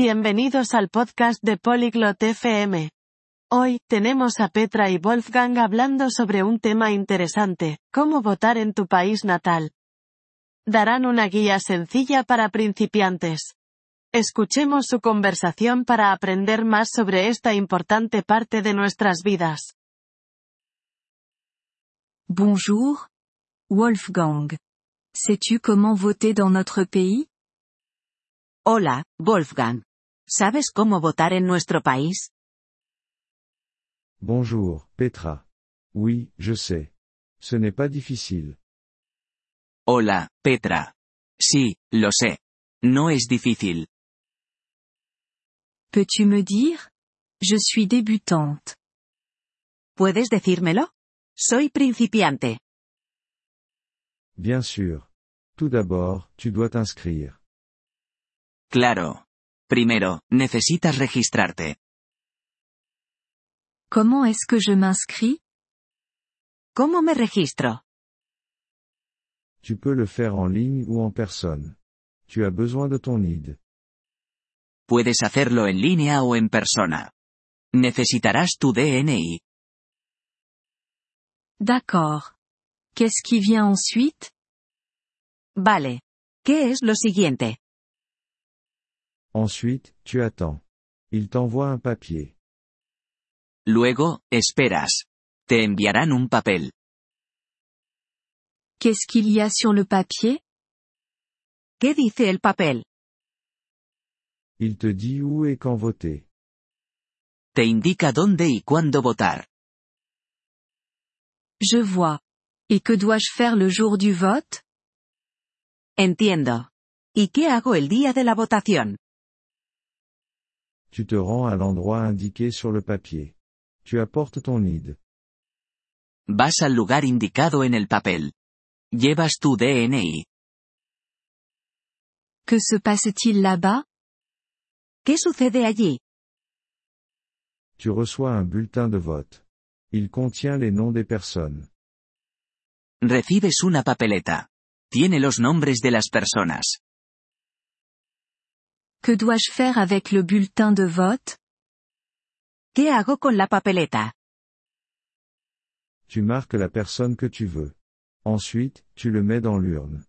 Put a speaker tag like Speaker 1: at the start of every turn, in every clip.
Speaker 1: Bienvenidos al podcast de Polyglot FM. Hoy, tenemos a Petra y Wolfgang hablando sobre un tema interesante, cómo votar en tu país natal. Darán una guía sencilla para principiantes. Escuchemos su conversación para aprender más sobre esta importante parte de nuestras vidas.
Speaker 2: Bonjour. Wolfgang. Sais-tu comment voter dans notre pays?
Speaker 3: Hola, Wolfgang. ¿Sabes cómo votar en nuestro país?
Speaker 4: Bonjour, Petra. Oui, je sais. Ce n'est pas difficile.
Speaker 5: Hola, Petra. Sí, lo sé. No es difícil.
Speaker 2: Peux-tu me dire? Je suis débutante.
Speaker 3: ¿Puedes decírmelo? Soy principiante.
Speaker 4: Bien sûr. Tout d'abord, tu dois t'inscrire.
Speaker 5: Claro. Primero, necesitas registrarte.
Speaker 2: Comment est-ce que je m'inscris?
Speaker 3: ¿Cómo me registro?
Speaker 4: Tu peux le faire en ligne ou en personne. Tu as besoin de ton ID.
Speaker 5: Puedes hacerlo en línea o en persona. Necesitarás tu DNI.
Speaker 2: D'accord. Qu'est-ce qui vient ensuite?
Speaker 3: Vale. ¿Qué es lo siguiente?
Speaker 4: Ensuite, tu attends. Il t'envoie un papier.
Speaker 5: Luego, esperas. Te enviarán un papel.
Speaker 2: Qu'est-ce qu'il y a sur le papier?
Speaker 3: ¿Qué dice el papel?
Speaker 4: Il te dit où et quand voter.
Speaker 5: Te indica dónde y cuándo votar.
Speaker 2: Je vois. Et que dois-je faire le jour du vote?
Speaker 3: Entiendo. ¿Y qué hago el día de la votación?
Speaker 4: Tu te rends à l'endroit indiqué sur le papier. Tu apportes ton ID.
Speaker 5: Vas al lugar indicado en el papel. Llevas tu DNI.
Speaker 2: Que se passe-t-il là-bas?
Speaker 3: ¿Qué sucede allí?
Speaker 4: Tu reçois un bulletin de vote. Il contient les noms des personnes.
Speaker 5: Recibes una papeleta. Tiene los nombres de las personas.
Speaker 2: Que dois-je faire avec le bulletin de vote?
Speaker 3: ¿Qué hago con la papeleta?
Speaker 4: Tu marques la personne que tu veux. Ensuite, tu le mets dans l'urne.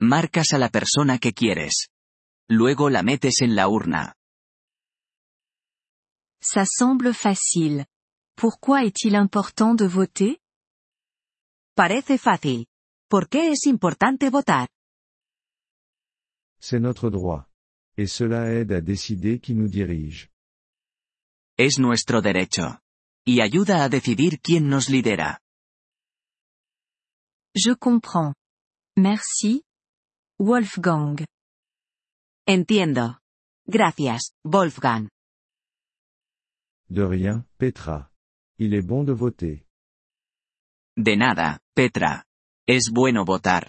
Speaker 5: Marcas a la persona que quieres. Luego la metes en la urna.
Speaker 2: Ça semble facile. Pourquoi est-il important de voter?
Speaker 3: Parece fácil. ¿Por qué es importante votar?
Speaker 4: C'est notre droit. Et cela aide à décider qui nous dirige.
Speaker 5: Es nuestro derecho. Y ayuda a decidir quién nos lidera.
Speaker 2: Je comprends. Merci. Wolfgang.
Speaker 3: Entiendo. Gracias, Wolfgang.
Speaker 4: De rien, Petra. Il est bon de voter.
Speaker 5: De nada, Petra. Es bueno votar.